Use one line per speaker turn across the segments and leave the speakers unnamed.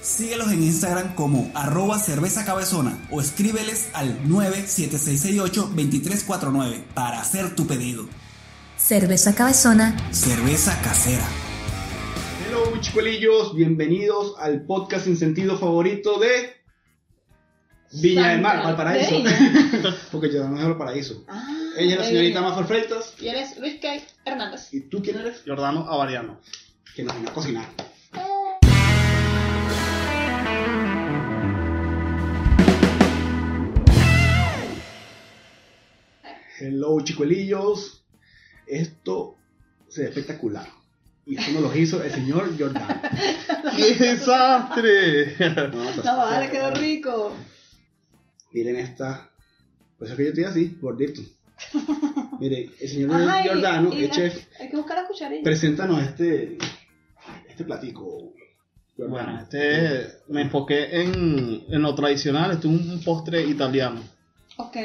Síguelos en Instagram como arroba cerveza cabezona o escríbeles al 97668-2349 para hacer tu pedido.
Cerveza Cabezona.
Cerveza casera.
Hello, bichicuelillos, bienvenidos al podcast sin sentido favorito de Viña del Mar, Valparaíso. Porque yo no es Valparaíso.
Ah,
Ella es la
muy
señorita
bien.
Mafer Freitas.
Y él es Luis K. Hernández.
¿Y tú quién eres?
Jordano Avariano.
Que nos vino a cocinar. Hello, chicuelillos. Esto se ve espectacular. Y esto nos lo hizo el señor Jordán.
¡Qué desastre!
No, vale, quedó rico.
pues, Miren esta. Por eso que yo estoy así, gordito. Miren, el señor
Ajá, y-
Giordano,
y
el
la-
chef,
Hay que buscar la cucharilla.
preséntanos este, este platico.
bueno, este me enfoqué en, en lo tradicional. Este es un, un postre italiano.
Ok.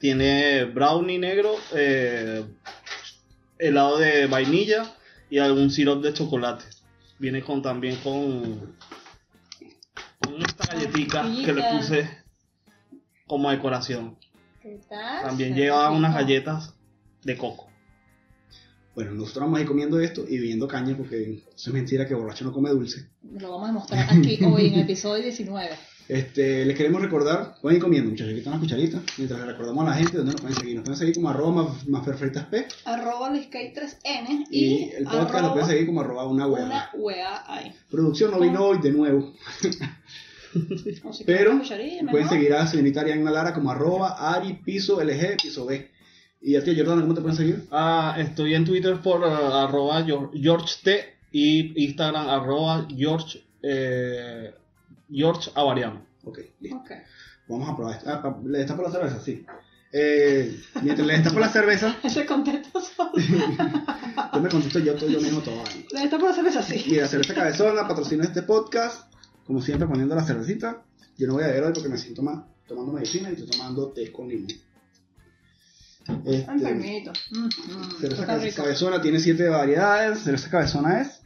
Tiene brownie negro, eh, helado de vainilla y algún sirope de chocolate. Viene con también con, con esta galletita que le
Galletita.
puse como decoración.
¿Qué tal?
También
Está
lleva
Ah, rico.
unas galletas de coco.
Bueno, nosotros vamos a ir comiendo esto y bebiendo caña porque eso es mentira que borracho no come dulce.
Lo vamos a mostrar aquí hoy en el episodio 19.
Este, les queremos recordar, pueden ir comiendo, muchachos, aquí están las cucharitas, mientras le recordamos a la gente dónde nos pueden seguir. Nos pueden seguir como arroba más, más perfectas P
Arroba Luis K. 3N
y,
y,
el podcast lo pueden
arroba
seguir como arroba una
una
hueá.
wea ahí.
Producción no vino hoy de nuevo.
O si
Pero
quieren una cucharilla,
Pueden
mejor.
seguir a la señorita Ariana Lara como arroba Ari Piso LG Piso B. Y a ti, Jordana, ¿cómo te pueden seguir?
Ah, estoy en Twitter por ah, arroba Gior- George T y Instagram arroba George, eh, George Avariano.
Ok, listo.
Ok.
Vamos a probar esto. Ah, pa- ¿Le está por la cerveza? Sí. Eh, mientras le está por la cerveza,
Ese contento solo.
yo me contesto yo, todo- yo mismo todo. ahí.
La neta por hacer es así.
Y este la cerveza cabezona patrocina este podcast. Como siempre, poniendo la cervecita. Yo no voy a beber hoy porque me siento mal. Tomando medicina y estoy tomando té con limón.
Está
Este,
enfermito. Mm, mm,
cerveza
está
cabe-
rico.
cabezona tiene siete variedades. Cerveza cabezona es.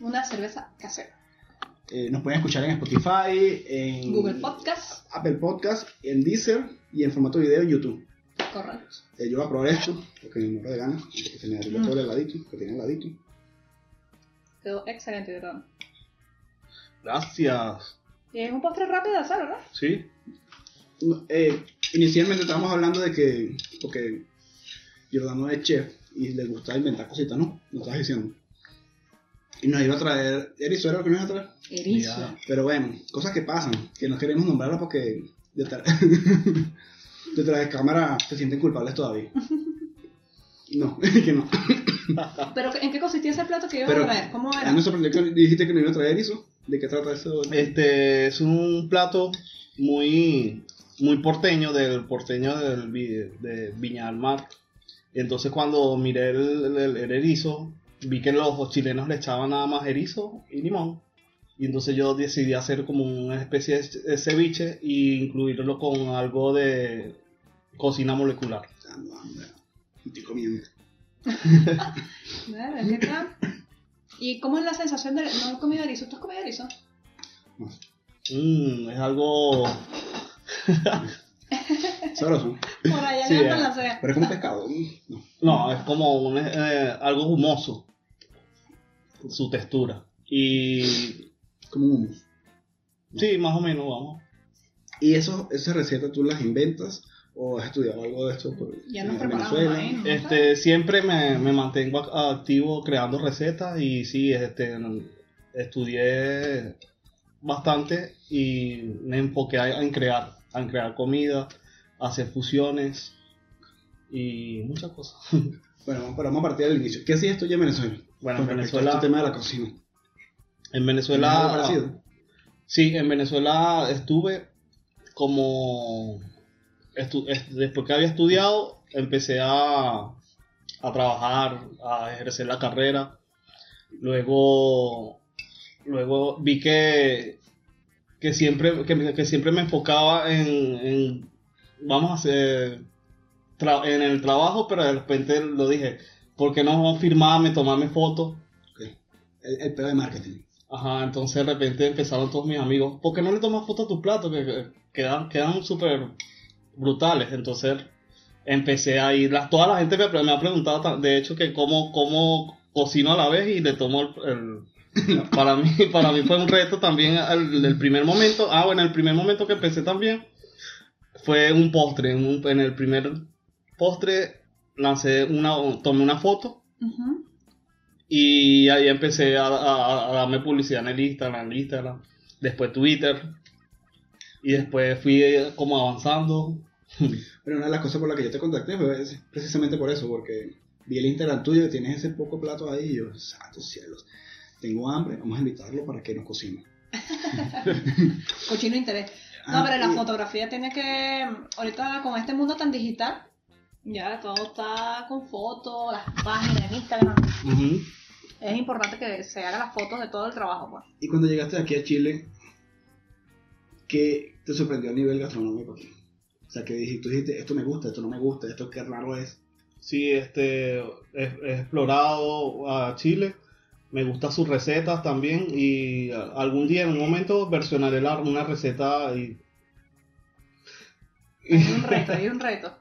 Una cerveza casera.
eh, nos pueden escuchar en Spotify, en
Google Podcast.
Apple Podcast, en Deezer y en formato video en YouTube.
Correcto.
Eh, yo voy a probar esto porque me muero de ganas. Que se me derritió
Mm.
todo el heladito, que tiene heladito.
Quedó excelente, de verdad.
Gracias.
Y es un postre rápido de hacer, ¿verdad?
Sí.
No, eh, inicialmente estábamos hablando de que, porque Giordano es chef y le gusta inventar cositas, ¿no? Lo estabas diciendo. Y nos iba a traer, Erizo era lo que nos iba a traer.
Erizo.
Ya.
Pero bueno, cosas que pasan, que no queremos nombrarlas porque detrás, detrás de cámara se sienten culpables todavía. No, que no.
¿Pero en qué consistía ese plato que iba
Pero-
a traer? ¿Cómo
A
era?
mí me sorprendió que dijiste que no iba a traer eso. ¿De qué trata eso?
Este es un plato muy, muy porteño, del porteño del, vi- de Viña del Mar. Entonces cuando miré el, el- el erizo, vi que los chilenos le echaban nada más erizo y limón. Y entonces yo decidí hacer como una especie de ce- de ceviche e incluirlo con algo de cocina molecular.
Ah, no, hombre, me Estoy comiendo.
Claro, ¿qué tal? ¿Y cómo es la sensación de no he comido erizo? ¿Tú has comido erizo?
Mm, es algo...
Sabroso.
Por allá
Sí,
en
ah,
la panacea.
Pero es como pescado. mm, No.
No, es como un, eh, algo humoso. Su textura. Y
Como un hummus.
Sí, más o menos, vamos.
¿Y eso, esas recetas tú las inventas o has estudiado algo de esto? Por,
Ya nos
en
preparamos
Venezuela?
ahí, ¿no?
Este, siempre me, me mantengo ac- activo creando recetas y sí, este, estudié bastante y me enfoqué a- en crear, en crear comida, hacer fusiones y muchas cosas.
Bueno, vamos- pero vamos a partir del inicio. ¿Qué hacías tú ya en Venezuela?
Bueno,
Con
en
respecto a
Venezuela-
este tema de la cocina.
En
¿Tenías algo
Venezuela,
parecido?
sí, en Venezuela estuve como estu- es- después que había estudiado, empecé a, a trabajar, a ejercer la carrera. Luego, luego vi que, que, siempre, que, me- que siempre me enfocaba en, en, vamos a hacer, tra- en el trabajo, pero de repente lo dije, ¿por qué no firmarme, tomarme fotos?
El, el pedo de marketing.
Ajá, entonces de repente empezaron todos mis amigos, ¿por qué no le tomas foto a tus platos? Que- Que quedan, quedan súper brutales. Entonces empecé a ir, las, toda la gente me, pre- me ha preguntado, ta- de hecho, que cómo, cómo cocino a la vez y le tomo el... el- para, mí, para mí fue un reto también el, el primer momento. Ah, bueno, el primer momento que empecé también fue un postre. En, un- en el primer postre lancé una, tomé una foto.
Ujú.
Y ahí empecé a, a- a darme publicidad en el Instagram, en el Instagram, después Twitter. Y después fui eh, como avanzando.
Pero una de las cosas por las que yo te contacté fue es- precisamente por eso, porque vi el Instagram tuyo y tienes ese poco plato ahí y yo, santos cielos, tengo hambre, vamos a invitarlo para que nos cocine.
Cochino interés. No,
Ah,
pero la
y-
fotografía tiene que. Ahorita con este mundo tan digital, ya todo está con fotos, las páginas en Instagram. Es importante que se hagan las fotos de todo el trabajo, pues.
Y cuando llegaste aquí a Chile, ¿qué te sorprendió a nivel gastronómico aquí? O sea, que dijiste, tú dijiste, esto me gusta, esto no me gusta, esto qué raro es.
Sí, este, he, he explorado a Chile. Me gustan sus recetas también. Y a- algún día, en un momento, versionaré la- una receta y
Hay un reto, hay un reto.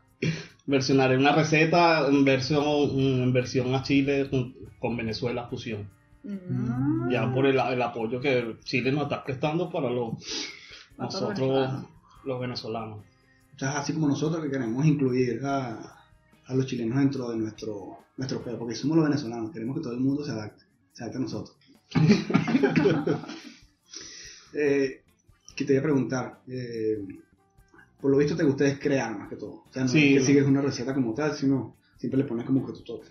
versionaré una receta en versión, en versión a Chile con, con Venezuela fusión.
Mm.
ya por el, el apoyo que Chile nos está prestando para los
Para todos los
nosotros
venezolanos.
los venezolanos.
O sea, así como nosotros que queremos incluir a, a los chilenos dentro de nuestro, nuestro pedo, porque somos los venezolanos, queremos que todo el mundo se adapte, se adapte a nosotros. Eh, que te voy a preguntar, eh, por lo visto te gusta es crear más que todo. O sea, no
Sí,
es que
no.
sigues una receta como tal, sino siempre le pones como que tu toque.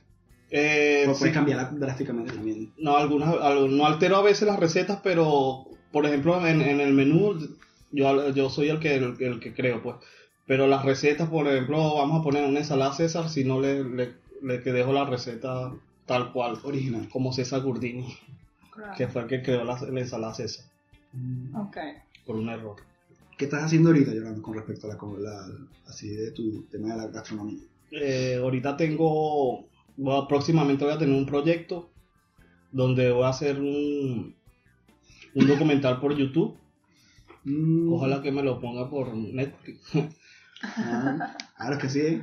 Eh,
Pero
sí,
puedes cambiarla Pues drásticamente también.
no, algunas, al- no altero a veces las recetas, pero por ejemplo en, en el menú yo, yo soy el que, el, el que creo, pues. Pero las recetas, por ejemplo, vamos a poner una ensalada César, si no le, le, le que dejo la receta tal cual, pues,
Original.
como César Gurdini,
Claro.
que fue el que creó la, la ensalada César,
Ok.
por un error.
¿Qué estás haciendo ahorita, Yolanda, con respecto a la, con la así de tu tema de la gastronomía?
Eh, ahorita tengo, voy a- próximamente voy a tener un proyecto donde voy a hacer un, un documental por YouTube.
Mm.
Ojalá que me lo ponga por Netflix.
Ah, claro que sí.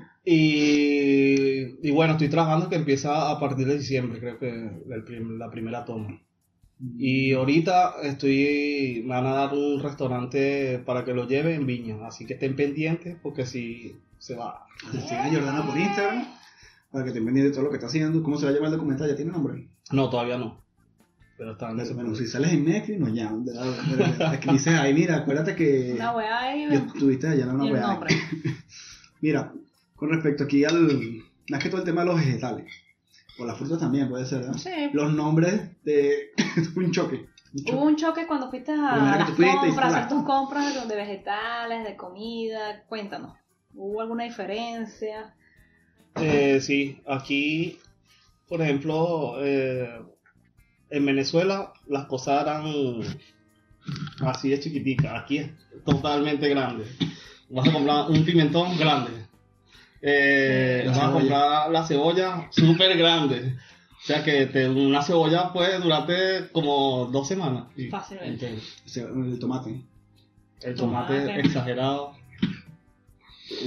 Y, y bueno, estoy trabajando que empieza a partir de diciembre, creo que el prim- la primera toma. Y ahorita estoy, me van a dar un restaurante para que lo lleve en Viña, así que estén pendientes porque si se va.
Sigue a Jordana por Instagram para que te pendiente de todo lo que está haciendo. ¿Cómo se va a llamar el documental? ¿Ya tiene nombre?
No, todavía no. Pero está en
Pero
ese
bueno, si sales en Netflix, nos llaman. de verdad, de verdad. Es que dices, ay, mira, acuérdate que
Una weá ahí.
que estuviste allá en una
y el
weá.
nombre.
Mira, con respecto aquí al. Más que todo el tema de los vegetales. O las frutas también puede ser, ¿no?
Sí.
Los nombres de. un choque. Un choque.
Hubo un choque cuando fuiste
Pero
a
mira que
las
tú fuiste y hiciste
compras,
la-
hacer tus compras de- de vegetales, de comida. Cuéntanos. ¿Hubo alguna diferencia?
Eh, sí, aquí, por ejemplo, eh, en Venezuela las cosas eran así de chiquiticas. Aquí es totalmente grande. Vas a comprar un pimentón grande. Eh,
La
vas a
cebolla.
comprar la cebolla súper grande. O sea que te- una cebolla puede durarte como dos semanas.
Fácilmente.
O sea, el tomate.
El tomate,
Tomate.
exagerado.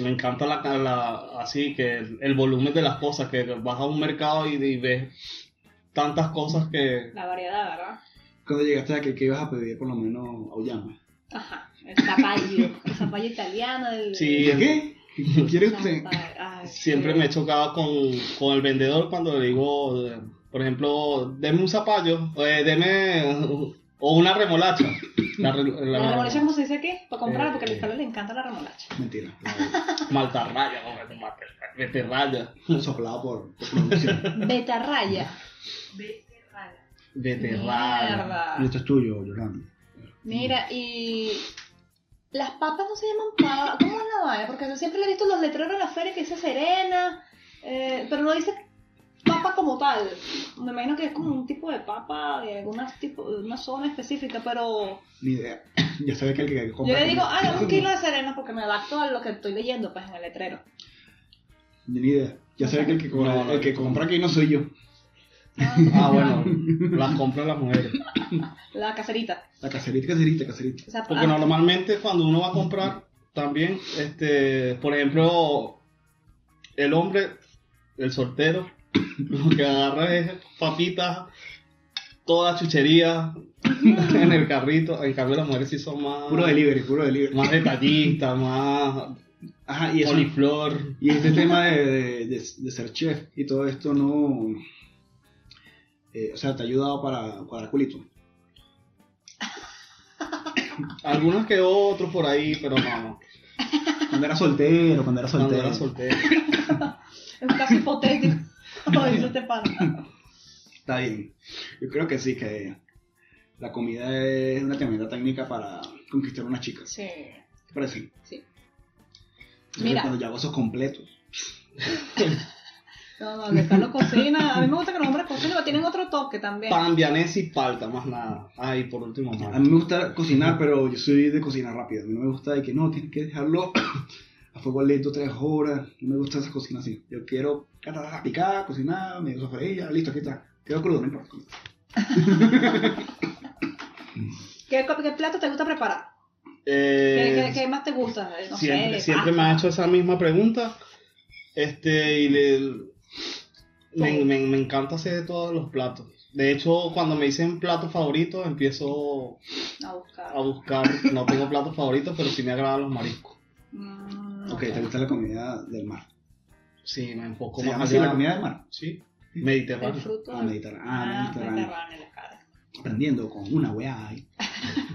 Me encanta la, la- así que el, el volumen de las cosas, que vas a un mercado y, y ves tantas cosas que
La variedad, ¿verdad?
Cuando llegaste aquí, ¿qué ibas a pedir por lo menos a Ullama?
Ajá. El zapallo. el zapallo italiano. El,
Sí,
¿Y qué? ¿Qué quiere usted?
siempre me he chocado con, con el vendedor cuando le digo, eh, por ejemplo, deme un zapallo, eh, deme o una remolacha. La, re- la-
La remolacha, ¿cómo se dice aquí? Para comprarla, porque
Eh,
a los le encanta la remolacha.
Mentira.
Maltarraya, hombre, mate- veterraya.
Soplado por, por producción.
Betarraya. Betarraya.
Veterraya.
Mierda.
este
Y esto es tuyo, Yolanda.
Mira, y Las papas no se llaman papas. ¿Cómo es la vaina? Porque yo siempre le he visto los letreros en la feria que dice serena, eh, pero no dice papa como tal. Me imagino que es como un tipo de papa de alguna, tipo, de una zona específica, pero
Ni idea. Ya sabes que el que
yo le digo, ah, un kilo de serena porque me adapto a lo que estoy leyendo pues en el letrero.
Ni idea. Ya sabes que el que, co-
No, no,
el que
no.
compra aquí no soy yo.
Ah, bueno, las compran las mujeres.
La caserita.
La caserita, caserita, caserita.
O sea,
Porque
ah,
normalmente cuando uno va a comprar, también, este, por ejemplo, el hombre, el soltero, lo que agarra es papitas, toda chuchería en el carrito. En cambio, las mujeres sí son más,
Puro delivery, puro delivery.
más detallistas, más
Ajá, y eso.
coliflor.
Y este tema de, de- de- de ser chef y todo esto no. eh, o sea, te ha ayudado para cuadrar culito.
Algunos que otros por ahí, pero no, no.
Cuando era soltero, cuando era
Cuando
soltero.
era soltero.
Es un caso hipotético. Como dice este pana.
Está bien. Yo creo que sí, que la comida es una tremenda técnica para conquistar a unas chicas.
Sí.
¿Te parece?
Sí.
Yo
Mira.
creo que Cuando ya hago esos completos.
No, no, que Carlos cocina. A mí me gusta que los hombres cocinen, pero tienen otro toque también.
Pan, vianés y palta, más nada. Ay, por último,
A
mal.
mí me gusta cocinar, pero yo soy de cocina rápida. A mí no me gusta de que no, tienes que dejarlo a fuego lento tres horas. No me gusta esa cocina así. Yo quiero catar- picar, cocinar, me gusta ella, listo, aquí está. Quedo crudo, no importa.
¿Qué, co- qué plato te gusta preparar? ¿Qué,
Eh,
Eh,
qué- qué más te gusta? No
siempre,
sé,
siempre me
pasta.
ha hecho esa misma pregunta. Este, y le- me, me- me encanta hacer todos los platos. De hecho, cuando me dicen plato favorito, empiezo
A buscar.
Ah,
a buscar. No tengo platos favoritos, pero sí me agradan los mariscos.
Mm,
Ok, te gusta la comida del mar.
Sí, me enfoco
¿Se llama
más
así
allá.
la comida del mar?
Sí,
El
mediterráneo.
fruto.
Ah, mediterráneo.
Ah,
Ah, mediterráneo.
mediterráneo, las caras.
Aprendiendo con una weá ahí.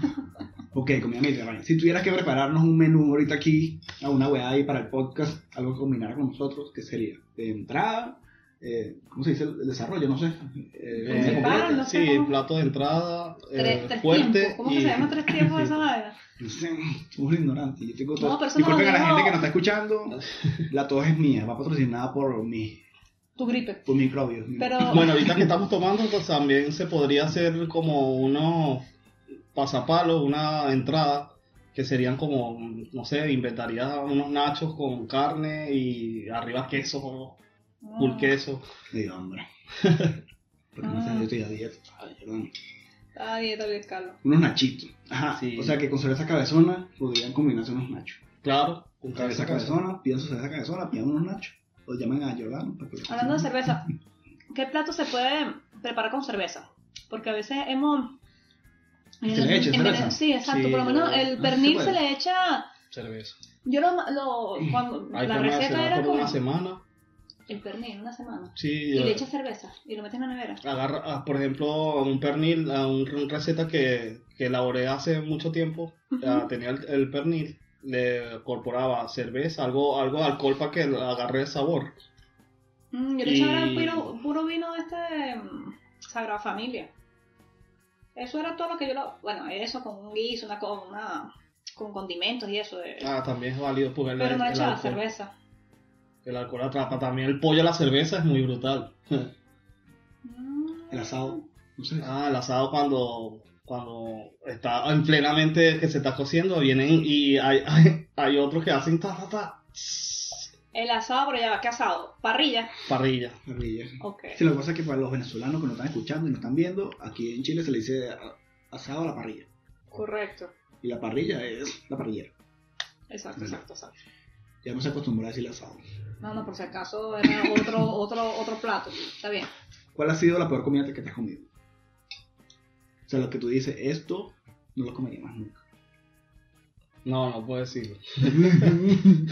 ok, comida mediterránea. Si tuvieras que prepararnos un menú ahorita aquí, a una weá ahí para el podcast, algo que combinara con nosotros, ¿qué sería? De entrada, eh, ¿cómo se dice? El desarrollo, no sé. Eh,
Eh,
¿cómo se
Sí,
completa?
para, no sé
sí,
cómo.
plato de entrada, eh,
Tres, tres
fuerte.
tiempos. ¿Cómo que
y-
se llama tres tiempos de esa vaina?
No sé, somos ignorantes. Yo tengo todo.
No, pero eso no
Disculpen
lo
a la
dijo.
gente que nos está escuchando. La tos es mía, va patrocinada por mi,
Tu gripe.
por microbios.
Pero.
Bueno, ahorita que estamos tomando, pues, también se podría hacer como unos pasapalos, una entrada, que serían como, no sé, inventaría unos nachos con carne y arriba queso,
mm,
full queso.
De hambre. Porque no sé, yo estoy a dieta. Ay, perdón.
Ah, dieta bien, Carlos.
Unos nachitos. Ajá.
Sí.
O sea que con cerveza cabezona podrían combinarse unos nachos.
Claro, con
Cerveza
cabeza, cabeza.
cabezona, pidan su cerveza cabezona, pidan unos nachos. O llaman a Yolanda. para que lo
Hablando
cocinen.
de cerveza, ¿qué plato se puede preparar con cerveza? Porque a veces hemos.
¿Se le echa
en-
cerveza?
en- Sí, exacto.
Sí,
por lo menos
yo-
el
Ah,
pernil
se
se
puede.
le echa.
Cerveza.
Yo lo. lo cuando,
Hay que
la receta
almacenar
era
por
con
una semana.
el pernil, una semana.
Sí,
Y
eh,
le echas cerveza y lo metes en la nevera.
agarra, ah, por ejemplo, un pernil, ah, un- una receta que, que elaboré hace mucho tiempo,
Ujú.
ah, tenía el, el pernil, le incorporaba cerveza, algo, algo de alcohol para que agarre el sabor.
Mm, yo le
Y-
echaba el puro, puro vino de este mm, Sagrada Familia. Eso era todo lo que yo lo. Bueno, eso con un guiso, una, con, una, con condimentos y eso. eh.
Ah, también es válido porque el,
pero no
el
echaba
alcohol,
cerveza.
el alcohol atrapa. También el pollo a la cerveza es muy brutal.
Mm.
El asado. No sé.
ah, el asado cuando, cuando está en plenamente que se está cociendo, vienen y hay, hay, hay otros que hacen ta, ta, ta,
El asado, pero ya va, ¿qué asado? Parrilla.
parrilla.
Parrilla.
Mm.
Ok.
Sí, lo que pasa es que para los venezolanos que nos están escuchando y nos están viendo, aquí en Chile se le dice a- asado a la parrilla.
Correcto.
Y la parrilla es la parrillera.
Exacto, exacto, exacto.
Ya no se acostumbra a decir asado.
No, no, por si acaso era otro, otro, otro plato. Está bien.
¿Cuál ha sido la peor comida que te has comido? O sea, lo que tú dices, esto no lo comería más nunca.
No, no puedo decirlo. Después,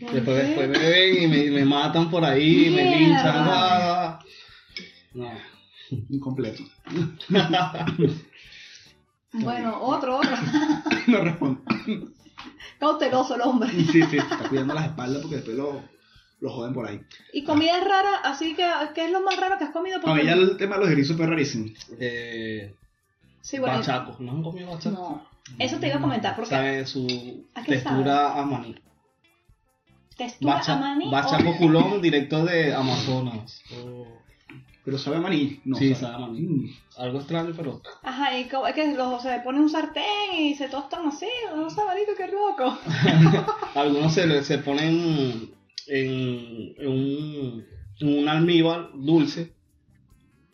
después me ven y me, me matan por ahí, me
Mierda.
linchan. ah, ah, ah. No.
Incompleto.
Bueno, otro, otro.
No respondo.
Cauteloso el hombre.
Sí, sí, se está cuidando las espaldas porque después lo, lo joden por ahí.
Y comida rara, así que, ¿qué es lo más raro que has comido?
A mí ya el tema de los erizos fue rarísimo.
Eh,
Sí, bueno.
bachacos, ¿no han comido bachacos?
No. Eso te iba a comentar, porque
Sabe su
¿A qué
textura a maní.
textura
Bacha,
a maní
bachaco
o-
culón directo de Amazonas.
Pero sabe a maní. No,
Sí,
sabe
sabe a maní.
Mm.
Algo extraño, pero.
Ajá, y como- es que los, se pone un sartén y se tostan así, no sé, marico, qué loco.
Algunos se, le- se ponen en, en un, en un almíbar dulce.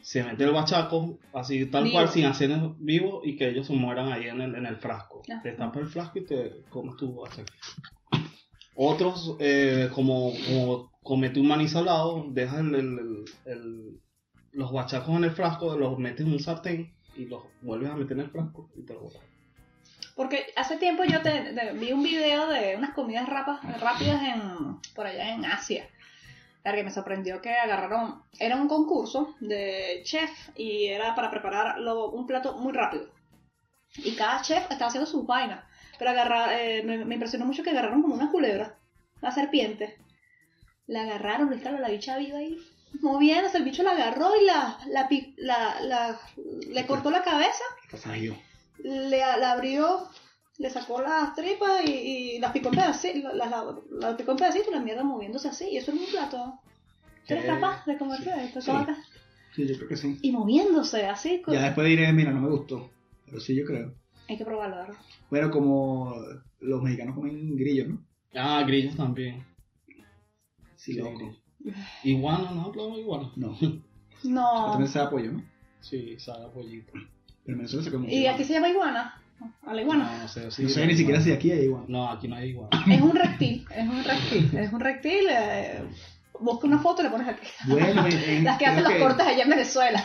Se mete el bachaco, así tal
Vivo.
cual, sin hacer vivo, y que ellos se mueran ahí en el, en el frasco.
Ajá.
Te tapas el frasco y te comes tu bachaco. Otros, eh, como, como comete un maní salado, dejas el- el- el- el- los bachacos en el frasco, los metes en un sartén y los vuelves a meter en el frasco y te lo botas.
Porque hace tiempo yo te, te- vi un video de unas comidas rapas, rápidas en, por allá en Asia. La que me sorprendió que agarraron, era un concurso de chef y era para preparar lo- un plato muy rápido. Y cada chef estaba haciendo su vaina. Pero agarra, eh, me, me impresionó mucho que agarraron como una culebra, una serpiente. La agarraron, ¿viste? la bicha viva ahí moviéndose, el bicho la agarró y la, la, pi- la- la- le cortó la cabeza le, la abrió, le sacó las tripas y, y las picó en pedacitos, las, las, las picó en pedacitos y la mierda moviéndose así. Y eso es un plato. ¿Tú eres
Eh,
capaz de comerte esto?
Sí.
Cavaca?
Sí, yo creo que sí.
Y moviéndose así. con-
Ya después diré, mira, no me gustó. Pero sí, yo creo.
Hay que probarlo, ¿verdad?
Bueno, como los mexicanos comen grillos, ¿no?
Ah, grillos también.
Sí, loco.
Iguana, no hablamos iguana.
No. Pero
No.
también sabe a pollo, ¿no?
Sí, sabe a pollito.
Pero en Venezuela se come mucho
¿Y
iguana.
aquí se llama iguana? A la iguana.
No, sé, sí,
No sé
la
ni siquiera si
iguana.
aquí hay Ah, iguana.
No, aquí no hay igual.
Es un reptil, es un reptil, es un reptil. eh, busca una foto y la pones aquí.
Bueno, en, en-
Las que hacen
creo
los cortes allá en Venezuela.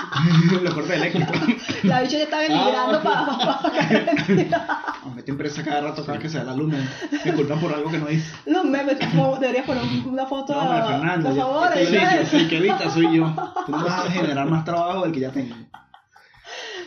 los cortes eléctricos.
La bicha ya está migrando
Ah.
para,
Me meten presa cada rato cada que se da la luna. Me culpan por algo que no hice.
Los memes, como deberías poner una foto.
No, hombre, Fernando.
por
yo-
favor,
yo soy
¿sabes?
yo, soy el que evita, soy yo. Tú no vas a generar más trabajo del que ya tengo.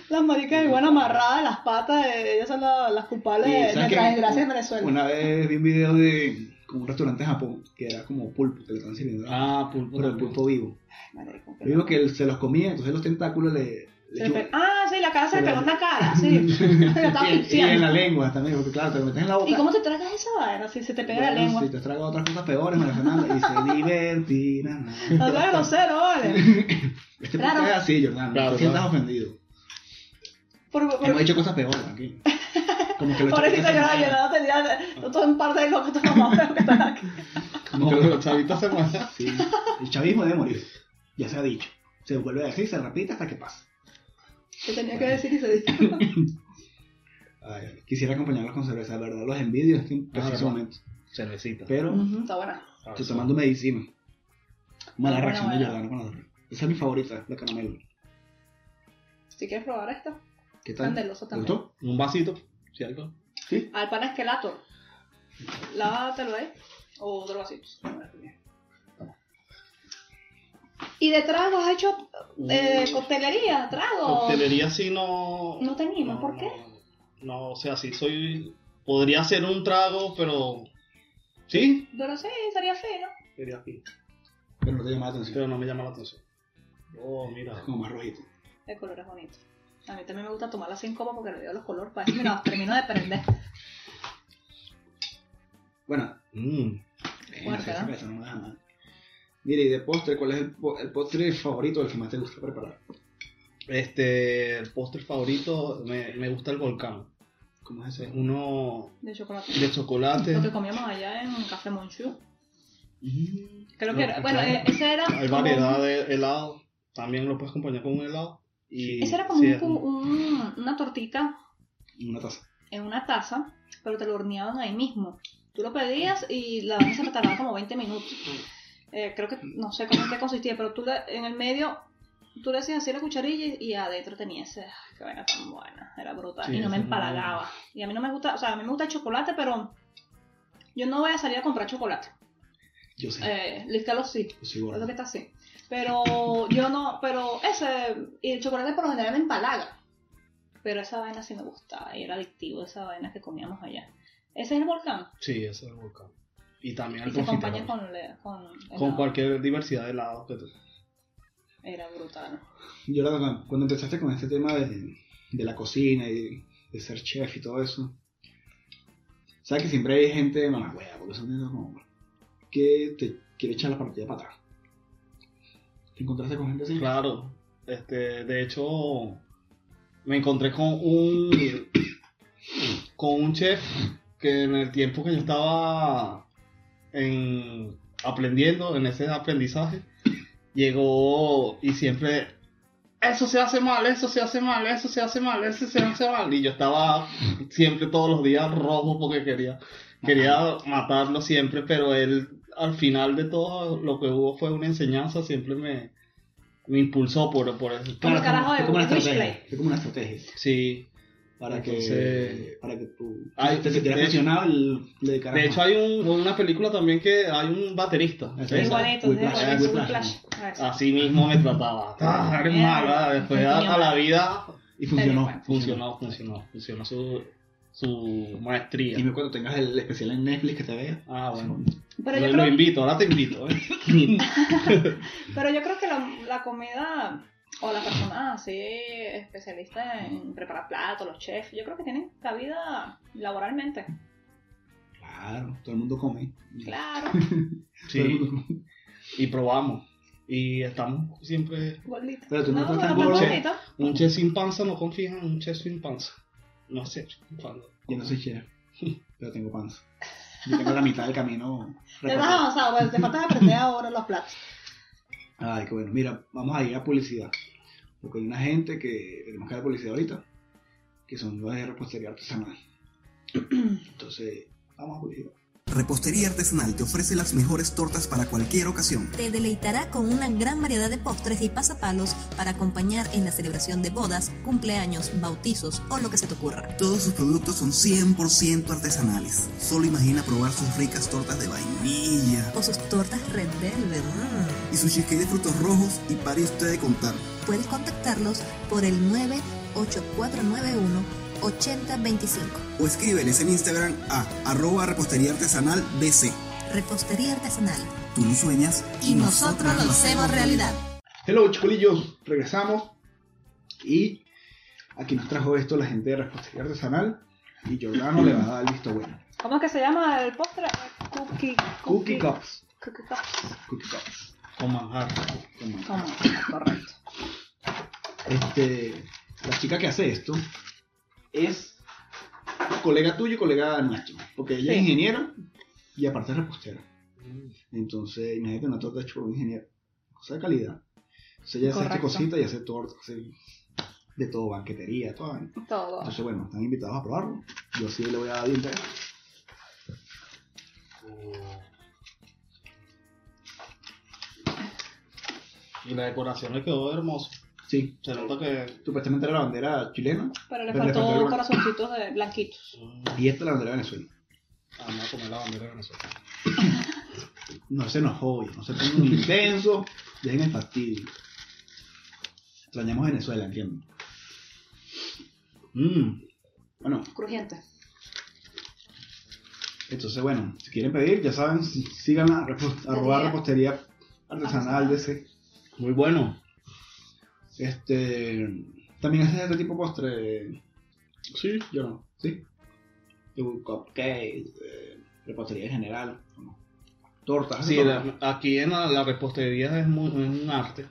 Las maricas de iguana amarradas de las patas, eh, ellas son la- las culpables
Y,
de
¿sabes
nuestras
qué?
desgracias en Venezuela.
Una vez vi un video de como un restaurante en Japón que era como pulpo, que le estaban sirviendo.
Ah, pulpo.
pero el
también.
pulpo vivo.
Marico, qué
Digo
loco.
que él se los comía, entonces los tentáculos le. le
Se
yo-
pe- Ah, sí, la cara se le
Pero-
pegó en la cara, sí. La estaba
y, y en
asfixiando.
la lengua también, porque claro, te lo metes en la boca.
¿Y cómo te tragas esa vaina si se te pega la
Bueno,
lengua?
Si te trago otras cosas peores, María Fernanda, y se divertirán.
No seas grosero, vale.
Este
Claro.
podcast es así, Jordan.
Claro,
no te sientas
claro.
ofendido.
Por, por,
Hemos hecho cosas peores aquí. Como que lo
pobrecito, yo
chavitos
no,
se
yo no tenía, no todo un par de locos, todo mamá, que están aquí.
No, pero los chavitos se mueren.
Sí. El chavismo debe morir. Ya se ha dicho. Se vuelve a decir, se repite hasta que pase.
Que tenía que decir y se dijo.
Ay, quisiera acompañarlos con cerveza, de verdad. Los envidio en este preciso
¿verdad?
momento.
Cervecita.
Pero
Ujú, Está buena.
estoy tomando medicina. Mala
Bueno,
reacción de
bueno.
Jordana con la cerveza. Esa es mi favorita, la caramelo.
Si quieres probar esta,
¿Qué
tan
tal?
del oso
¿Te
también.
gustó?
Un vasito. Si algo.
Sí.
Al pan esquelato. Lávatelo ahí. O otro vasito. ¿Y de trago has hecho eh, coctelería? ¿Trago?
Coctelería sí no.
No te animas, ¿por qué?
No, no, o sea, sí soy. Podría ser un trago, pero. Sí.
Pero sí, estaría feo.
Sería aquí.
Pero no te llama la atención.
Pero no me llama la atención. Oh, mira.
Es como más rojito.
El color es bonito. A mí también me gusta tomarla sin copa porque le veo los colores. Para eso me los termino de prender.
Bueno,
Mm.
Eh,
Fuerte,
esa
¿no?
cerveza no me deja nada. Mira, y de postre, ¿cuál es el, po- el postre favorito, el que más te gusta preparar?
Este. El postre favorito. Me, me gusta el volcán.
¿Cómo es
Es
ese?
uno
De chocolate.
de chocolate.
Lo que comíamos allá en Café Monchú.
Mm.
Creo
No,
que era. Bueno,
claro.
eh, ese era.
Hay
como-
variedad de helado. También lo puedes acompañar con un helado. Y
Ese era como
sí,
un
es-
cu- un- una tortita
Una taza.
en una taza, pero te lo horneaban ahí mismo. Tú lo pedías y la vaina se tardaba como 20 minutos. Eh, creo que no sé cómo en qué consistía, pero tú le- en el medio tú le hacías así la cucharilla y, y adentro tenía ese, ay, qué vaina tan buena, era brutal
Sí,
y no me
esa es muy
empalagaba. Y a mí no me gusta, o sea, a mí me gusta el chocolate, pero yo no voy a salir a comprar chocolate.
Yo sé,
Eh, Liz Carlos sí,
yo soy
es lo
gordo.
que está así. Pero yo no, pero ese, y el chocolate por lo general me empalaga. Pero esa vaina sí me gustaba, y era adictivo esa vaina que comíamos allá. Ese es el volcán,
Sí, ese es el volcán. Y también
y
el
se acompaña
confiterol. Con,
con, le- con, helado.
cualquier diversidad de helados que tú.
Era brutal.
Yo la verdad, cuando empezaste con este tema de, de la cocina y de ser chef y todo eso. ¿Sabes que siempre hay gente de mala hueá, porque son de esos nombres, que te quiere echar la partida para atrás? ¿Te encontraste con gente así?
Claro, este, de hecho, me encontré con un con un chef que en el tiempo que yo estaba en, aprendiendo, en ese aprendizaje, llegó y siempre eso se hace mal, eso se hace mal, eso se hace mal, eso se hace mal. Y yo estaba siempre todos los días rojo porque quería, quería matarlo siempre, pero él al final de todo lo que hubo fue una enseñanza, siempre me, me impulsó por, por eso.
Como carajo de
Fue como una
Witchblade.
estrategia. Fue como una estrategia.
Sí,
Para que,
Entonces-
para que tú
Ay,
te sintieras
de-
presionado y le dedicaras
de hecho
más.
hay un- una película también que hay un baterista.
Así es.
Igualito,
Whiplash,
igualito,
Whiplash.
Whiplash. Ah, eso.
Así mismo me trataba. Ah, eres mala. Después a, a la vida
Y funcionó.
funcionó, funcionó, funcionó su, su maestría.
Dime cuando tengas el especial en Netflix que te vea.
Ah, bueno.
Pero
lo,
yo
lo
creo
invito, ahora te invito. ¿eh?
Pero yo creo que la, la comida o la persona así especialista en preparar platos, los chefs, yo creo que tienen cabida laboralmente.
Claro, todo el mundo come.
Claro,
Todo el
Sí,
mundo come.
y probamos. Y estamos siempre.
gordito.
Pero tú no
no,
estás tan
pero
gordo.
gordito.
Un chef sin panza no confía en un chef sin panza. No sé. cuando-
Yo no soy chef, pero tengo panza. Yo tengo la mitad del camino.
Te vas
recorrido.
avanzado, pues, te falta aprender ahora los platos.
Ay, qué bueno. Mira, vamos a ir a publicidad. Porque hay una gente que tenemos que dar publicidad ahorita, que son los de repostería artesanal. Entonces, vamos a publicidad.
Repostería Artesanal te ofrece las mejores tortas para cualquier ocasión.
Te deleitará con una gran variedad de postres y pasapalos para acompañar en la celebración de bodas, cumpleaños, bautizos o lo que se te ocurra.
Todos sus productos son 100% artesanales. Solo imagina probar sus ricas tortas de vainilla
O sus tortas Red Velvet. mm.
y su cheesecake de frutos rojos y pare usted de contar.
Puedes contactarlos por el 98491 8025.
O escríbeles en Instagram a arroba repostería artesanal BC.
Repostería artesanal.
Tú lo sueñas
Y nosotros lo hacemos realidad.
Hello, chicolillos. Regresamos. Y aquí nos trajo esto la gente de repostería artesanal. Y Giordano le va a dar el visto bueno.
¿Cómo es que se llama el postre? Cookie.
Cookie Cups.
Cookie cups.
Cookie Cups.
Con manjar.
Toma.
Como, correcto.
Este, la chica que hace esto es colega tuyo y colega nuestro, porque ella es
Sí. Mm.
ingeniera y aparte es repostera. Entonces, imagínate una torta hecha por un ingeniero, cosa de calidad. Entonces ella hace esta
Correcto.
cosita y hace torta, hace de todo, banquetería, todo.
Todo.
Entonces, bueno, están invitados a probarlo. Yo sí le voy a dar bien pegar.
Y la decoración le quedó hermosa.
Sí,
Se nota que.
supuestamente era la bandera chilena
Pero le
Pero le faltó
faltó
el-
corazoncitos de blanquitos.
y esta la bandera de Venezuela.
Ah, me voy a comer la bandera de Venezuela.
No se enojó, no se pongan intenso, dejen el fastidio. Extrañamos Venezuela, entiendo. Mm, Bueno,
Crujiente.
entonces bueno, si quieren pedir, ya saben, sí- sigan a repos- arroba repostería artesanal DC.
Muy bueno.
Este también haces este tipo de postre.
Sí.
Yo no, ¿sí? Tu cupcake, eh, repostería en general, ¿o no? tortas, ¿haces
Sí,
tortas?
la- aquí en la, la repostería es, muy, es un arte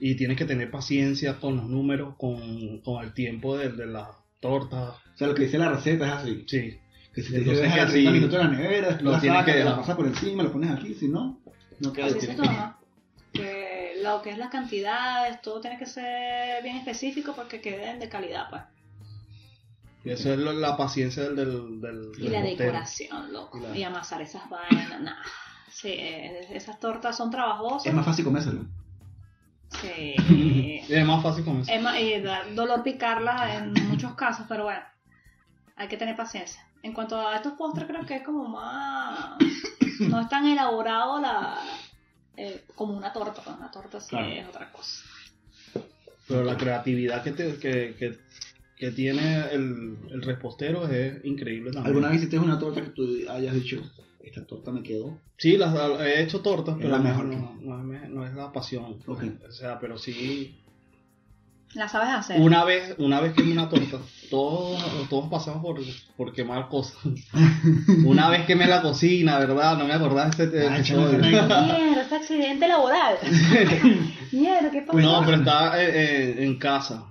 y tienes que tener paciencia con los números, con, con el tiempo de, de las tortas.
o sea, lo que dice la receta es así.
Sí,
Que si te
Entonces,
dejas
que
la
así-
30 minutos en la nevera, tú
lo
la
tienes
sacas,
que
la
dejar.
pasas por encima, lo pones aquí, si no, no queda
Así dice tu
bien.
mamá, Que lo que es las cantidades, todo tiene que ser bien específico porque queden de calidad, pues.
y eso es lo- la paciencia del... del, del-
Y
del
la
botero.
decoración, loco.
Y la-
Y amasar esas vainas, nah. Sí, eh, esas tortas son trabajosas.
Es más fácil comérselo.
Sí.
Y es más fácil con eso.
es más, y da dolor picarlas en muchos casos, pero bueno. Hay que tener paciencia. En cuanto a estos postres, creo que es como más. No es tan elaborado la. eh, como una torta, pues, una torta sí
Claro.
es otra cosa.
Pero la creatividad que, te- que, que, que tiene el, el repostero es increíble también.
¿Alguna vez hiciste una torta que tú hayas dicho, esta torta me quedó?
Sí, las, he hecho tortas,
Es
pero
la mejor.
no, no es, me- no es la pasión.
Ok.
O sea, pero sí
La sabes hacer.
Una vez, una vez quemé una torta. Todos, todos pasamos por, por quemar cosas. una vez quemé la cocina, ¿verdad? No me acordaba de este
Ay,
episodio.
chaval.
Mierda, ese accidente laboral. Mierda, ¿qué pasó?
No, pero estaba eh, eh, en casa.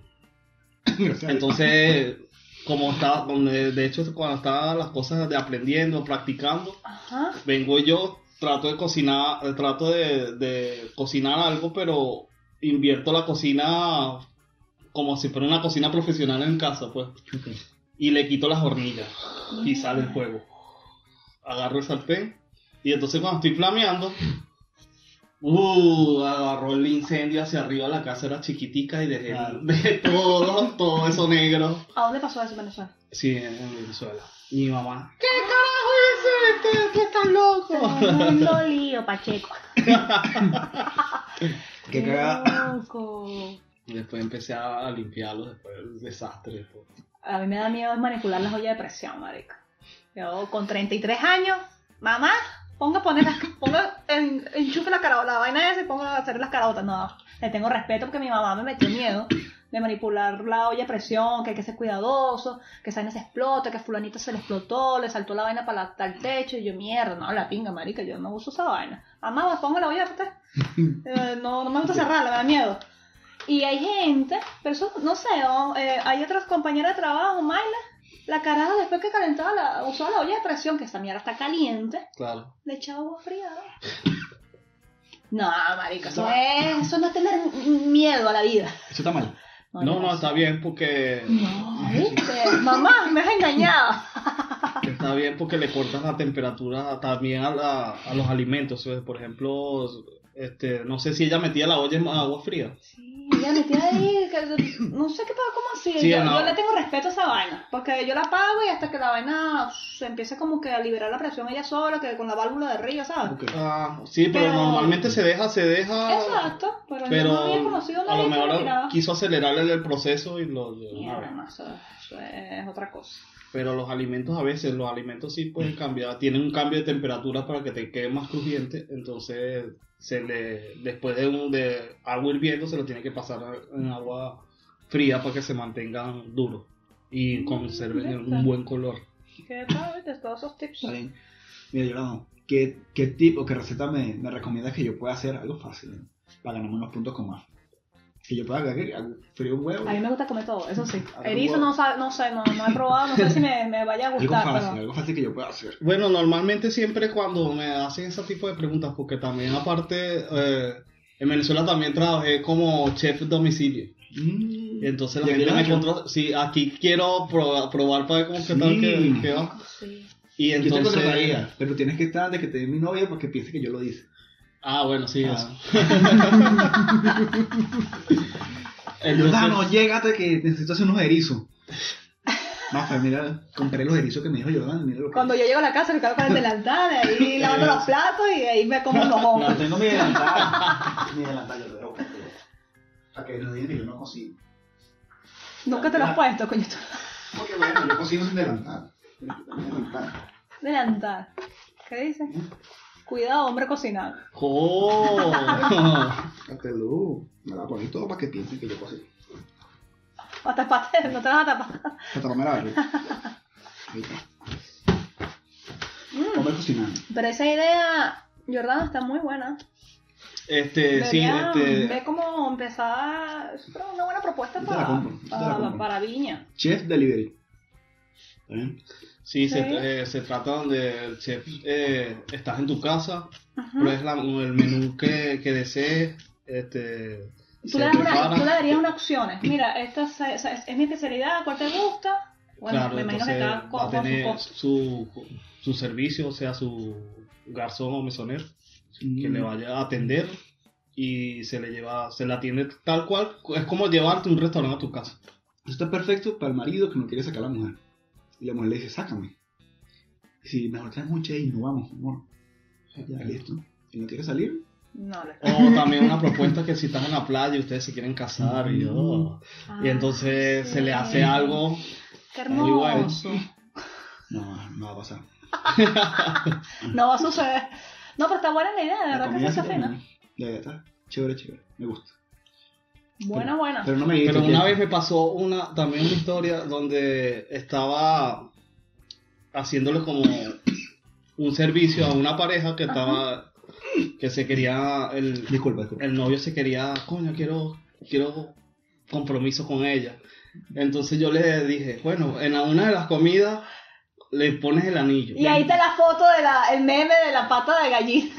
Entonces, como estaba, como de de hecho, cuando estaba las cosas de aprendiendo, practicando,
Ajá.
vengo yo, trato de cocinar, eh, trato de, de cocinar algo, pero invierto la cocina como si fuera una cocina profesional en casa, pues. Y le quito las hornillas y sale el fuego. Agarro el sartén y entonces cuando estoy flameando, uh, agarró el incendio hacia arriba, la casa era chiquitica y dejé, dejé todo, todo eso negro.
¿A dónde pasó eso en Venezuela?
Sí, en Venezuela. Mi mamá. ¿Qué carajo hiciste? ¿Qué estás
Todo el
loco?
mundo lío, Pacheco.
Qué cagada.
Loco.
Después empecé a limpiarlo después del desastre. pues.
A mí me da miedo manipular las ollas de presión, marica. Yo con 33 años, mamá, ponga a poner las, ponga, en, enchufe la caraota, la vaina esa y ponga a hacer las caraotas. No, le tengo respeto porque mi mamá me metió miedo de manipular la olla de presión, que hay que ser cuidadoso, que esa vaina se explota, que a fulanito se le explotó, le saltó la vaina para la- para el techo y yo, mierda, no, la pinga, marica, yo no uso esa vaina. Mamá, ponga la olla de presión. Eh, no, no me gusta cerrarla, me da miedo. Y hay gente, personas, no sé, o, eh, hay otras compañeras de trabajo, Mayla, la caraja después que calentaba la, usaba la olla de presión, que esta mierda está caliente,
Claro.
le echaba agua fría. No, marica, eso, es- eso no es tener miedo a la vida.
Eso está mal.
No, no,
yo-
está bien porque.
No, ¿viste? Mamá, me has engañado.
Está bien porque le cortas la temperatura también a, la- a los alimentos. o sea, Por ejemplo, este, no sé si ella metía la olla en agua fría.
Sí, ya metí ahí, que- no sé qué pasa, como así.
Sí,
yo,
no.
yo le tengo respeto a esa vaina, porque yo la apago y hasta que la vaina se empiece como que a liberar la presión ella sola, que con la válvula de río, ¿sabes?
Ah, sí, pero,
Pero-
normalmente se deja, se deja.
Exacto, pero, yo
Pero
no había conocido
a lo
nadie que lo
mejor
tiraba.
quiso acelerar el, el proceso y lo.
Mierda, no, eso, eso es otra cosa.
Pero los alimentos a veces, los alimentos sí pueden cambiar, tienen un cambio de temperatura para que te quede más crujiente, entonces se le, después de, un, de agua hirviendo se lo tiene que pasar a- en agua fría para que se mantengan duros y conserven
mira.
un buen color.
¿Qué tal? De todos esos tips.
Está bien. Mira, Yolano, ¿qué, ¿qué tip o qué receta me, me recomiendas que yo pueda hacer algo fácil eh, para ganarme unos puntos con más? Que yo pueda agarrar, frío un huevo.
A mí me gusta comer todo, eso sí.
Algo-
Erizo no, sabe, no sé, no, no he probado, no sé si me, me vaya a
Algo
gustar.
fácil,
pero-
algo fácil que yo pueda hacer.
Bueno, normalmente siempre cuando me hacen ese tipo de preguntas, porque también aparte eh, en Venezuela también trabajé como chef domicilio.
Mm.
Y entonces la
¿Y
gente me
engaño?
encontró, sí, aquí quiero probar, probar para ver cómo qué tal
Sí.
que, que va.
Sí.
Y
Yo te
entonces...
contrataría, pero tienes que estar de que te dé mi novia porque piense que yo lo hice.
Ah, bueno, sí,
Ah.
eso.
Jordano, llégate que necesito hacer unos erizos. Mafa, mira, compré los erizos que me dijo Jordano, mira lo que
Cuando yo llego a la casa, me quedo con el delantal, ahí lavando los platos y ahí me como los
No,
ojos.
tengo mi delantal. mi delantal, yo lo dejo. Para que no digan que yo no consigo.
Nunca te lo has puesto, coño. tú.
Porque bueno, yo consigo sin delantal. Pero yo tengo mi delantal.
Delantal. ¿Qué dices? Cuidado, hombre cocinado.
¡Oh!
Hasta luego. Me la poní todo para que piensen que yo consigo.
O tapaste, no te vas a tapar.
Hasta comer a ver. Ahí está. Comer cocinando.
Mm. Pero esa idea, Jordana, está muy buena.
este, sí,
Debería
este.
ver cómo empezar. Es una buena propuesta
Yo te la
para,
compro, yo te la
para-
compro.
para Viña.
Chef delivery. ¿Está bien?
Sí, se,
Sí.
eh, se trata donde el chef eh, estás en tu casa, pruebes la- el menú que, que desees, este.
Tú
se
le, das una,
prepara.
tú le darías unas opciones. Mira, esta es, es- es mi especialidad, ¿cuál te gusta? Bueno,
Claro,
me imagino que
entonces
cada co-
va a
con su
tener
cosa.
su, su servicio, o sea, su garzón o mesonero. que
Mm.
le vaya a atender y se le lleva, se la atiende tal cual, es como llevarte un restaurante a tu casa.
Mm, Esto está perfecto para el marido que no quiere sacar a la mujer. Y la mujer le dice, sácame. Y si mejor traes mucha y no vamos, amor. Ya, listo. Y no quiere salir.
No, le-
O también una propuesta que si estás en la playa y ustedes se quieren casar y, oh, y entonces
Mm. Ah,
se le hace
sí.
algo.
Qué
muy bueno.
hermoso.
No, no va a pasar.
No va a suceder. No, pero está buena la idea, de
La
verdad que
comida
se hace
sí está
fina.
buena. La verdad está chévere, chévere. Me gusta.
Buena, buena.
Pero no me dijiste
Pero una
quién.
vez me pasó una también una historia donde estaba haciéndole como un servicio a una pareja que estaba que se quería el,
Disculpa, disculpa.
el novio se quería, coño, quiero, quiero compromiso con ella. Entonces yo le dije, bueno, en la- una de las comidas le pones el anillo.
Y ahí está la foto del el meme de la pata de gallina.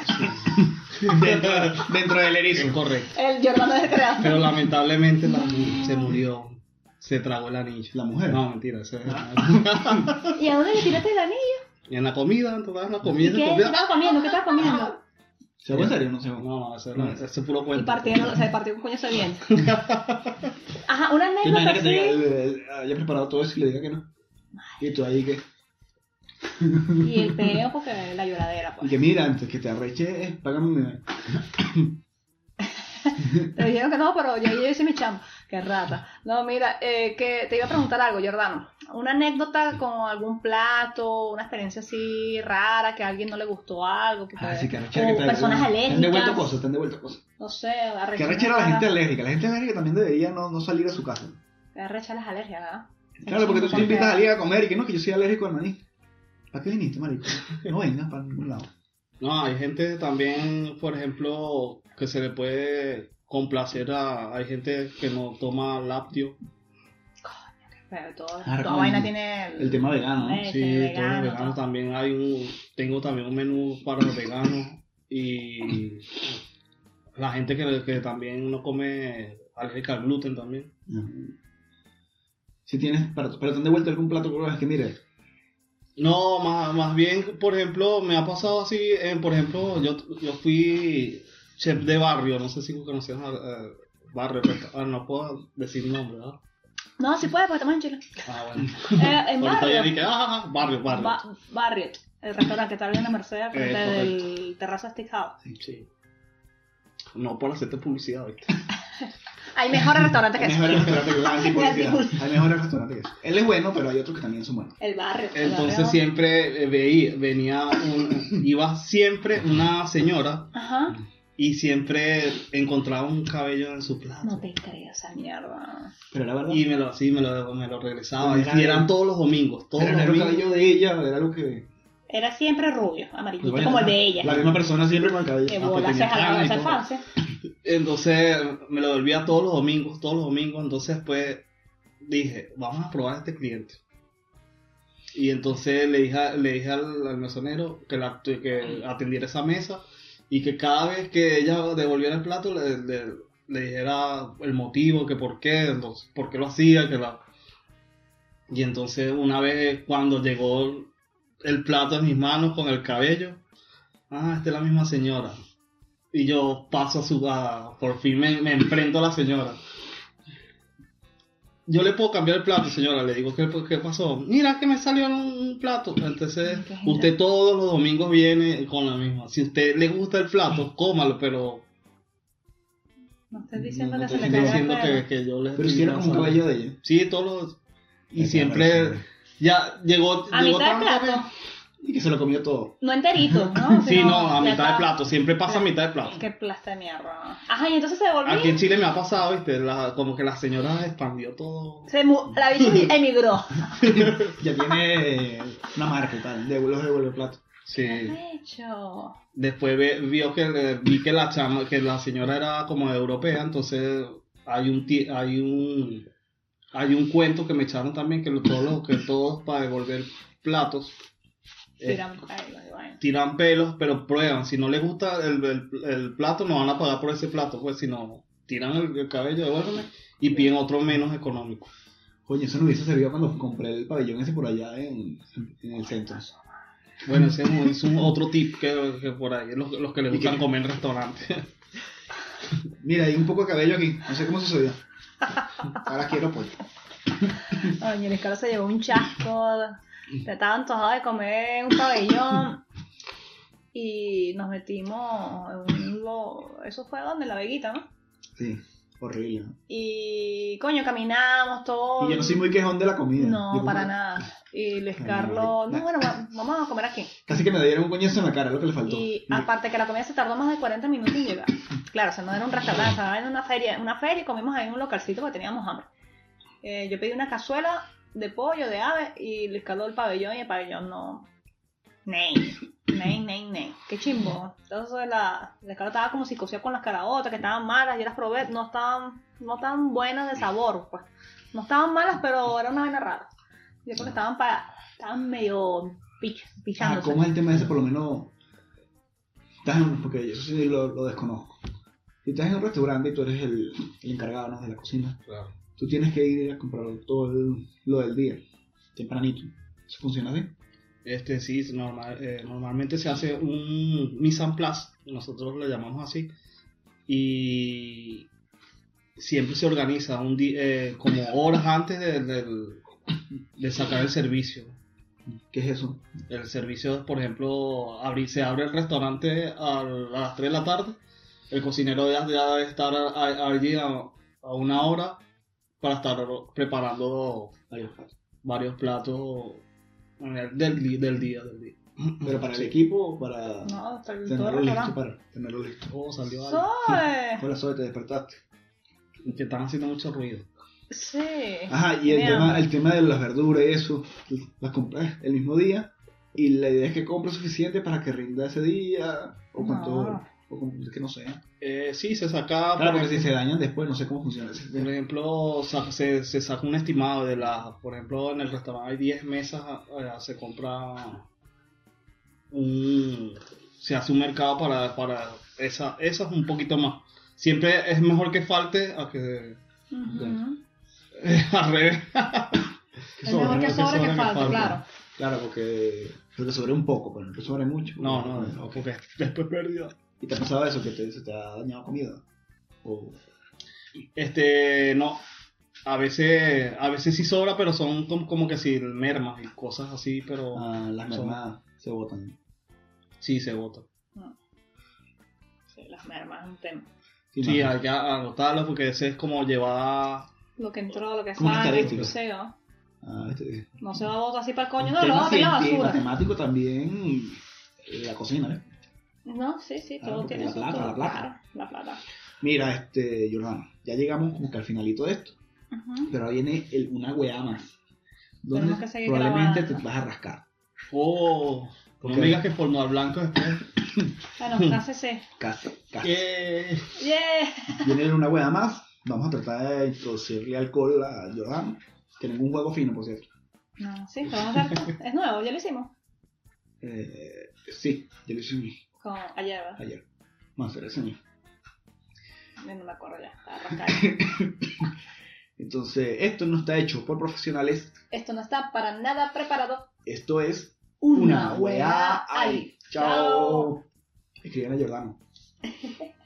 dentro, dentro del erizo. Correcto.
El Jordano de creación.
Pero lamentablemente la- se murió. Se tragó el anillo.
La mujer.
No, mentira. ese-
Ah. ¿Y a dónde le tiraste el anillo?
Y en la comida, en toda la
¿Y
comida.
qué? ¿Qué
comida.
estabas comiendo? ¿Qué estabas comiendo?
¿Se fue en serio o no se
No,
fue?
no, ese, no, ese es puro
Y
cuento.
partieron, se partió un coño saliente. Ajá, una
¿Te
anécdota
imaginas que tenga,
así.
eh, eh, haya preparado todo eso y le diga que no? Y tú ahí que.
Y el peo, porque la lloradera,
Y
pues.
que mira, antes que te arreche, eh, págame un dinero.
Te dijeron que no, pero yo, yo hice mi chamba. Qué rata. No, mira, eh, que te iba a preguntar algo, Jordano. Una anécdota con algún plato, una experiencia así rara, que a alguien no le gustó algo. Que
Ah, sí, que arrechera
o
que te-
personas
Te han devuelto
alérgicas.
cosas, te han devuelto cosas.
No sé, arrecha.
Que arrechera a la gente alérgica. La gente alérgica también debería no, no salir a su casa.
Que arrecha las alergias, ¿verdad?
Claro, porque tú te
Son
invitas a
feas.
alguien a comer y que no, que yo soy alérgico al maní. ¿Para qué viniste, marico? No vengas para ningún lado.
No, hay gente también, por ejemplo, que se le puede complacer a. Hay gente que no toma lácteo.
Pero todo,
Ah,
toda
con
vaina tiene el,
El tema vegano, ¿no?
Eh,
Sí,
este,
todos los
vegano,
veganos
todo.
también hay un, tengo también un menú para los veganos y la gente que, que también no come alérgica al gluten también.
Si tienes, pero, pero te han devuelto algún plato que es que mire,
No, más, más bien, por ejemplo, me ha pasado así, en, por ejemplo, yo, yo fui chef de barrio, no sé si conocían al al barrio, pero- ah, no puedo decir nombre, ¿verdad?
No, sí puede, porque estamos en Chile.
Ah, bueno.
Eh, en
Ahorita yo
Barriot.
dije, ah, barrio, barrio.
Ba- Barriot, el restaurante que está bien en la Merced, frente
Eh,
del terrazo este Steakhouse.
Sí. No por hacerte publicidad, ¿viste?
Hay mejores restaurantes que
Hay
ese.
mejores restaurantes que
Anti publicidad.
publicidad. Hay mejores restaurantes que eso. Él es bueno, pero hay otros que también son buenos.
El barrio. el barrio.
Entonces siempre eh, veía, venía, un- iba siempre una señora
Ajá.
y siempre encontraba un cabello en su plato.
No te creo esa mierda.
Pero era verdad.
Y me lo, sí, me lo, me lo regresaba.
Pero era-
y eran todos los domingos, todos
Pero
los
era el
domingos.
cabello de ella, era algo que.
Era siempre rubio, amarillito,
Pues
Bueno,
como el de ella.
La misma persona siempre con el cabello.
Que
Ah,
bola,
pues
se
tenía
jalaba
cana y
esa
todo.
fase.
Entonces me lo volvía todos los domingos, todos los domingos. Entonces pues dije, vamos a probar a este cliente. Y entonces le dije, a- le dije al, al mesonero que, la- que atendiera esa mesa y que cada vez que ella devolviera el plato le, le- le dijera el motivo, que por qué, entonces, por qué lo hacía, que la... Y entonces una vez cuando llegó el plato en mis manos con el cabello, ah, esta es la misma señora. Y yo paso a su... a- por fin me, me enfrento a la señora. Yo le puedo cambiar el plato, señora. Le digo, ¿qué, qué pasó? Mira que me salió un plato. Entonces,
Qué genial.
usted todos los domingos viene con la misma. Si usted le gusta el plato, cómalo, pero
No estoy diciendo
no
que se
estoy
le caiga el
diciendo
pelo.
que, que yo le
Pero
estoy
si era como un
lanzando.
cabello de ella.
Sí, todos los... Y
Ay,
siempre...
cabrón,
Ya llegó...
A
llegó
mitad de
tanto
plato.
Y que se lo comió todo.
No enterito, ¿no?
Sí,
Sino
no, a
ya
mitad de
está.
plato, siempre pasa a mitad de plato.
Qué plasta de mierda. Ajá, y entonces se devolvió.
Aquí en Chile me ha pasado, viste, la- como que la señora expandió todo.
Se mu- la bicha emigró.
Ya tiene una marca y tal. De los devuelve el plato.
Sí.
De hecho.
Después ve- vio que le- vi que la chama, que la señora era como europea, entonces hay un ti- hay un hay un cuento que me echaron también que lo- todos los que todos para devolver platos eh,
Era, ay, ay, ay.
tiran pelos, pero prueban. Si no les gusta el, el- el plato, no van a pagar por ese plato, pues si no tiran el, el cabello, devuélveme y piden otro menos económico.
Coño, eso no hubiese servido cuando compré el pabellón ese por allá en, en el centro.
Bueno, ese es un, es un otro tip que, que por ahí, los, los que les
¿Y
gustan
qué?
comer en restaurantes.
Mira, hay un poco de cabello aquí. No sé cómo sucedió. Ahora quiero pues. pollo.
Ay, el escalo se llevó un chasco. Te estaba antojado de comer un pabellón. Y nos metimos en un. lo- Eso fue donde la veguita, ¿no?
Sí. Horrible. ¿no?
Y coño, caminamos todo.
Y yo no soy muy quejón de la comida.
No,
Digo,
para
como-
nada. Y Luis
Ay,
Carlos, no,
marica.
bueno, va- vamos a comer aquí.
Casi que me dieron un coñazo en la cara, lo que le faltó.
Y aparte que la comida se tardó más de 40 minutos en llegar. Claro, o sea, no era un restaurante, estaba en una feria, en una feria y comimos ahí en un localcito porque teníamos hambre. Eh, yo pedí una cazuela de pollo, de ave y Luis Carlos el pabellón y el pabellón no. Ney, ney, ney, ney. Qué chimbo. Entonces la, Luis Carlos estaba como psicoseado con las caraotas que estaban malas, yo las probé, no estaban, no estaban buenas de sabor, pues. No estaban malas, pero era una vaina rara. Yo creo que estaban para, estaban medio pich,
ah,
pichándose.
¿cómo es el tema ese? Por lo menos. Estás en, porque yo sí lo, lo desconozco. Si estás en un restaurante y tú eres el, el encargado ¿no? de la cocina,
Claro.
tú tienes que ir a comprar todo el- lo del día, tempranito. ¿Eso funciona así?
Este sí, es normal, eh, normalmente se hace un mise en place, nosotros lo llamamos así, y siempre se organiza un di- eh, como horas antes de, del- de sacar el servicio.
¿Qué es eso?
El servicio, por ejemplo, abrir, se abre el restaurante a, las 3 de la tarde, el cocinero ya, ya debe estar a- a- allí a, a una hora para estar preparando
Adiós.
varios platos eh, del, di- del día, del día.
Pero para el equipo, o para
No, pero en todo el
tenerlo listo,
restaurante.
para tenerlo listo.
Oh, salió algo.
Soy.
Hola, Zoe, te despertaste.
que están haciendo mucho ruido.
Sí.
Ajá, y el
Tenía
tema,
hambre.
el tema de las verduras y eso, las compras el mismo día y la idea es que compres suficiente para que rinda ese día o cuánto,
No.
o con- es que no sé.
Eh, sí, se saca,
Claro,
por,
porque si se dañan después, no sé cómo funciona ese
por
sistema.
ejemplo, sa- se, se saca un estimado de las, por ejemplo, en el restaurante hay 10 mesas, eh, se compra un, se hace un mercado para, para esa, esas un poquito más. Siempre es mejor que falte a que
Ujú.
al revés.
Es mejor que sobra que falta, claro.
Claro, porque porque sobre un poco, pero no que sobre mucho. porque-
No, no, no, porque después perdió.
¿Y te ha pasado eso que te, se te ha dañado comida? O
Este, no. A veces, a veces sí sobra, pero son como, como que si mermas y cosas así, pero
ah, las
Son-
mermadas se botan.
sí se bota.
Sí, las mermas es un tema.
Sí,
más.
hay que anotarlo porque ese es como llevar.
Lo que entró, lo que
Como una
sale,
estadística.
no sé, ¿no?
Ah, este-
No se va a botar así para el coño, no,
tema
lo va a tirar a
cien-
la
y
basura.
matemático también eh, la cocina, ¿eh?
No, sí, sí,
Ah,
todo
porque
tiene
la
su
plata,
todo,
la plata.
claro, la plata.
Mira, este, Jordana, ya llegamos como que al finalito de esto,
Ujú.
pero ahora viene el, una weá más. Donde
Tenemos que seguir
probablemente
grabando.
te vas a rascar.
Oh,
Ok.
no me digas que formar blanco después.
Mm.
Bueno, cácese.
Casi, casi.
Eh,
Yeah.
Viene una weá más. Vamos a tratar de introducirle alcohol a Jordana. Tenemos un juego fino, por cierto.
No, sí, lo vamos a hacer. Es nuevo, ya lo hicimos.
Eh, sí, yo lo hice
Con ayer, ¿verdad?
ayer. No, será ese mismo.
Yo No me acuerdo ya. estaba rascada.
Entonces, esto no está hecho por profesionales.
Esto no está para nada preparado.
Esto es
Una,
weá
weá
ahí.
ahí.
Chao. Escriban a Jordana.